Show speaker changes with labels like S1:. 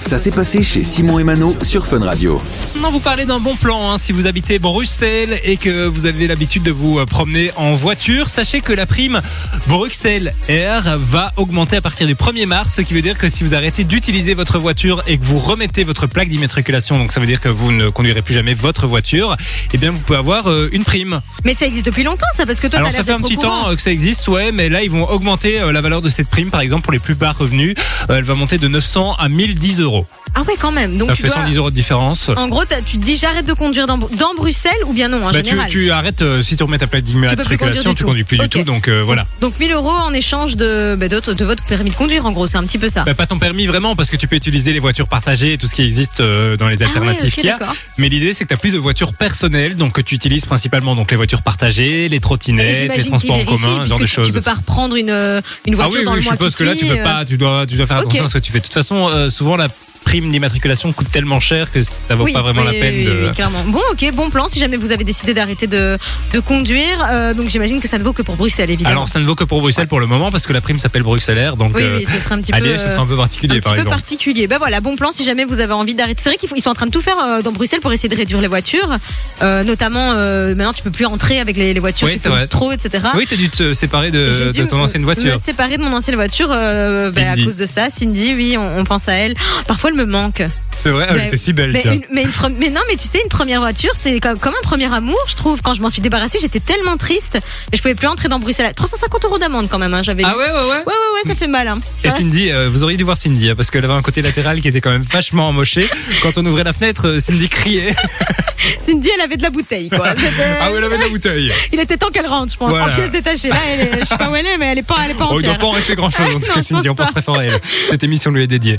S1: Ça s'est passé chez Simon et Mano sur Fun Radio.
S2: Maintenant, vous parlez d'un bon plan. hein. Si vous habitez Bruxelles et que vous avez l'habitude de vous euh, promener en voiture, sachez que la prime Bruxelles Air va augmenter à partir du 1er mars, ce qui veut dire que si vous arrêtez d'utiliser votre voiture et que vous remettez votre plaque d'immatriculation, donc ça veut dire que vous ne conduirez plus jamais votre voiture, eh bien vous pouvez avoir euh, une prime.
S3: Mais ça existe depuis longtemps, ça, parce que toi, t'as
S2: Alors
S3: l'air
S2: ça fait un
S3: d'être au
S2: petit
S3: courant.
S2: temps euh, que ça existe, ouais, mais là ils vont augmenter euh, la valeur de cette prime, par exemple pour les plus bas revenus, Euh, elle va monter de 900 à 1010 euros.
S3: Ah ouais, quand même. Donc
S2: Ça
S3: tu
S2: fait
S3: dois-
S2: 110 euros de différence.
S3: En gros, t'as- tu te dis j'arrête de conduire dans, dans Bruxelles ou bien non en
S2: Bah, tu,
S3: général.
S2: tu arrêtes, euh, si tu remets ta plaque
S3: peux plus conduire
S2: d'immatriculation,
S3: du
S2: tu
S3: tout.
S2: conduis plus
S3: Ok.
S2: du tout, donc euh, voilà.
S3: Donc 1000 euros en échange de, bah, d'autres- de votre permis de conduire, en gros, c'est un petit peu ça.
S2: Bah, pas ton permis vraiment, parce que tu peux utiliser les voitures partagées et tout ce qui existe euh, dans les
S3: ah ouais,
S2: alternatives
S3: ok,
S2: qu'il y a. Bah,
S3: d'accord.
S2: Mais l'idée, c'est que tu plus de voitures personnelles, donc que tu utilises principalement donc, les voitures partagées, les
S3: Et
S2: trottinettes, les
S3: Euh, J'imagine qu'ils
S2: transports en
S3: vérifient,
S2: commun, ce genre
S3: puisque
S2: de
S3: tu- Tu
S2: choses.
S3: peux pas reprendre une, euh, une
S2: Ah
S3: voiture
S2: oui,
S3: dans
S2: oui,
S3: le
S2: je
S3: mois qui
S2: suppose que là, tu
S3: suit,
S2: peux
S3: euh,
S2: pas, tu dois, tu dois faire
S3: ok.
S2: attention à ce que tu fais. De toute façon, euh, souvent, la prime d'immatriculation coûte tellement cher que ça vaut
S3: oui,
S2: pas vraiment
S3: oui,
S2: la peine
S3: oui,
S2: de.
S3: oui, clairement. Bon, ok, bon plan. Si jamais vous avez décidé d'arrêter de, de conduire, euh, donc j'imagine que ça ne vaut que pour Bruxelles, évidemment.
S2: Alors, ça ne vaut que pour Bruxelles pour le moment, parce que la prime s'appelle Bruxellaire, donc.
S3: oui,
S2: euh,
S3: oui, ce serait un petit
S2: Allez,
S3: peu.
S2: ça sera un peu
S3: un
S2: particulier,
S3: petit
S2: par
S3: peu
S2: exemple.
S3: particulier. Ben voilà, bon plan si jamais vous avez envie d'arrêter. C'est vrai qu'ils font- ils sont en train de tout faire euh, dans Bruxelles pour essayer de réduire les voitures. Euh, notamment, euh, maintenant tu peux plus entrer avec les, les voitures
S2: Oui,
S3: qui
S2: c'est
S3: sont
S2: vrai.
S3: trop, etc.
S2: Oui, t'as dû te séparer
S3: Ah. J'ai
S2: de,
S3: dû
S2: de ton
S3: me-
S2: ancienne voiture.
S3: Me séparer de mon ancienne voiture euh, ben, à
S2: Cindy.
S3: cause de ça. Cindy, oui, on, on pense à elle. Oh, Parfois, elle me manque.
S2: C'est vrai,
S3: Mais-
S2: elle était si belle,
S3: Mais,
S2: tiens.
S3: une- mais, une pre- mais non, mais tu sais, une première voiture, c'est comme, comme un premier amour, je trouve. Quand je m'en suis débarrassée, j'étais tellement triste et je pouvais plus entrer dans Bruxelles. 350 euros d'amende quand même, hein, j'avais.
S2: ouais, ouais, Ah ouais. Mm.
S3: ouais, ouais, ouais, ça fait mal. Hein.
S2: Et
S3: Ouais.
S2: Cindy, euh, vous auriez dû voir Cindy, hein, parce qu'elle avait un côté latéral qui était quand même vachement emmoché. Quand on ouvrait la fenêtre, euh, Cindy criait.
S3: Cindy, elle avait de la bouteille, quoi. C'était-
S2: Ah ouais, elle avait de la bouteille.
S3: Il était temps qu'elle rentre, je pense,
S2: Voilà.
S3: en pièces détachées. Là, elle est- je sais pas où elle est, mais elle est pas, elle est pas
S2: Oh, il doit
S3: entière.
S2: pas en rester grand chose, en tout
S3: Non,
S2: cas,
S3: je pense
S2: Cindy, on pense
S3: pas.
S2: très fort à elle. Cette émission lui est dédiée.